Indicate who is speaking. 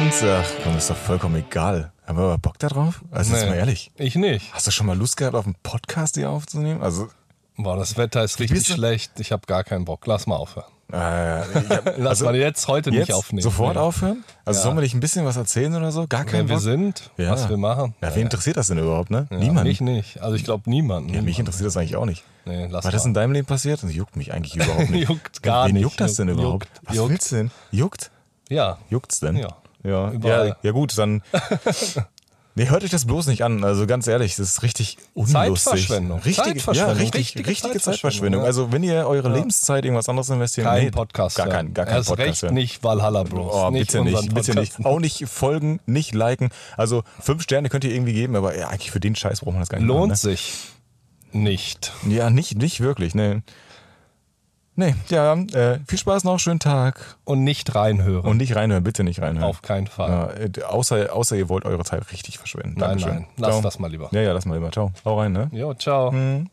Speaker 1: Dienstag. Und äh, ist doch vollkommen egal. Haben wir aber Bock da drauf? Also jetzt
Speaker 2: Nee,
Speaker 1: mal ehrlich.
Speaker 2: Ich nicht.
Speaker 1: Hast du schon mal Lust gehabt, auf einen Podcast hier aufzunehmen? Also,
Speaker 2: Boah, das Wetter ist
Speaker 1: bist
Speaker 2: richtig
Speaker 1: du-
Speaker 2: schlecht. Ich habe gar keinen Bock. Lass mal aufhören.
Speaker 1: äh, ich hab,
Speaker 2: Lass
Speaker 1: also
Speaker 2: mal jetzt heute
Speaker 1: jetzt
Speaker 2: nicht aufnehmen.
Speaker 1: sofort
Speaker 2: Nee.
Speaker 1: aufhören? Also
Speaker 2: Ja.
Speaker 1: sollen wir dich ein bisschen was erzählen oder so? Gar kein
Speaker 2: Wer wir
Speaker 1: Bock?
Speaker 2: sind,
Speaker 1: Ja.
Speaker 2: was wir machen.
Speaker 1: Ja, wen interessiert das denn überhaupt, ne?
Speaker 2: Ja,
Speaker 1: Niemand.
Speaker 2: Mich nicht. Also ich glaube niemanden.
Speaker 1: Ja, mich interessiert das eigentlich auch nicht.
Speaker 2: Nee, lass
Speaker 1: Was ist
Speaker 2: mal.
Speaker 1: in deinem Leben passiert? Das juckt mich eigentlich überhaupt nicht.
Speaker 2: Juckt gar
Speaker 1: Wen
Speaker 2: nicht.
Speaker 1: juckt das denn
Speaker 2: Juckt,
Speaker 1: überhaupt? Was
Speaker 2: juckt.
Speaker 1: willst du denn? Juckt?
Speaker 2: ja.
Speaker 1: Juckt's denn?
Speaker 2: Ja.
Speaker 1: Ja,
Speaker 2: Überall.
Speaker 1: ja, ja gut, dann. Nee, hört euch das bloß nicht an. Also ganz ehrlich, das ist richtig unlustig.
Speaker 2: Zeitverschwendung.
Speaker 1: Richtige,
Speaker 2: Zeitverschwendung.
Speaker 1: Ja, richtig, richtige,
Speaker 2: Richtige
Speaker 1: Zeitverschwendung.
Speaker 2: Zeitverschwendung, ja.
Speaker 1: Also wenn ihr eure Lebenszeit irgendwas anderes investieren
Speaker 2: Kein
Speaker 1: nee,
Speaker 2: Podcast.
Speaker 1: Gar
Speaker 2: hören.
Speaker 1: kein, gar kein
Speaker 2: Erst
Speaker 1: Podcast.
Speaker 2: recht
Speaker 1: hören.
Speaker 2: nicht Valhalla Bros.
Speaker 1: Oh,
Speaker 2: nicht
Speaker 1: bitte
Speaker 2: unseren
Speaker 1: nicht, bitte
Speaker 2: Podcast.
Speaker 1: nicht. Auch nicht folgen, nicht liken. Also fünf Sterne könnt ihr irgendwie geben, aber ja, eigentlich für den Scheiß braucht man das gar nicht
Speaker 2: Lohnt
Speaker 1: machen,
Speaker 2: sich nicht.
Speaker 1: ne? Ja, nicht, nicht wirklich, ne. Nee, ja, äh, viel Spaß noch, schönen Tag.
Speaker 2: Und nicht reinhören.
Speaker 1: Und nicht reinhören, bitte nicht reinhören.
Speaker 2: Auf keinen Fall.
Speaker 1: Ja, äh, außer, außer ihr wollt eure Zeit richtig verschwenden.
Speaker 2: Nein,
Speaker 1: Dankeschön.
Speaker 2: nein, lass
Speaker 1: Ciao.
Speaker 2: das mal lieber.
Speaker 1: Ja, ja, lass mal lieber. Ciao. Hau rein, ne?
Speaker 2: Jo, ciao.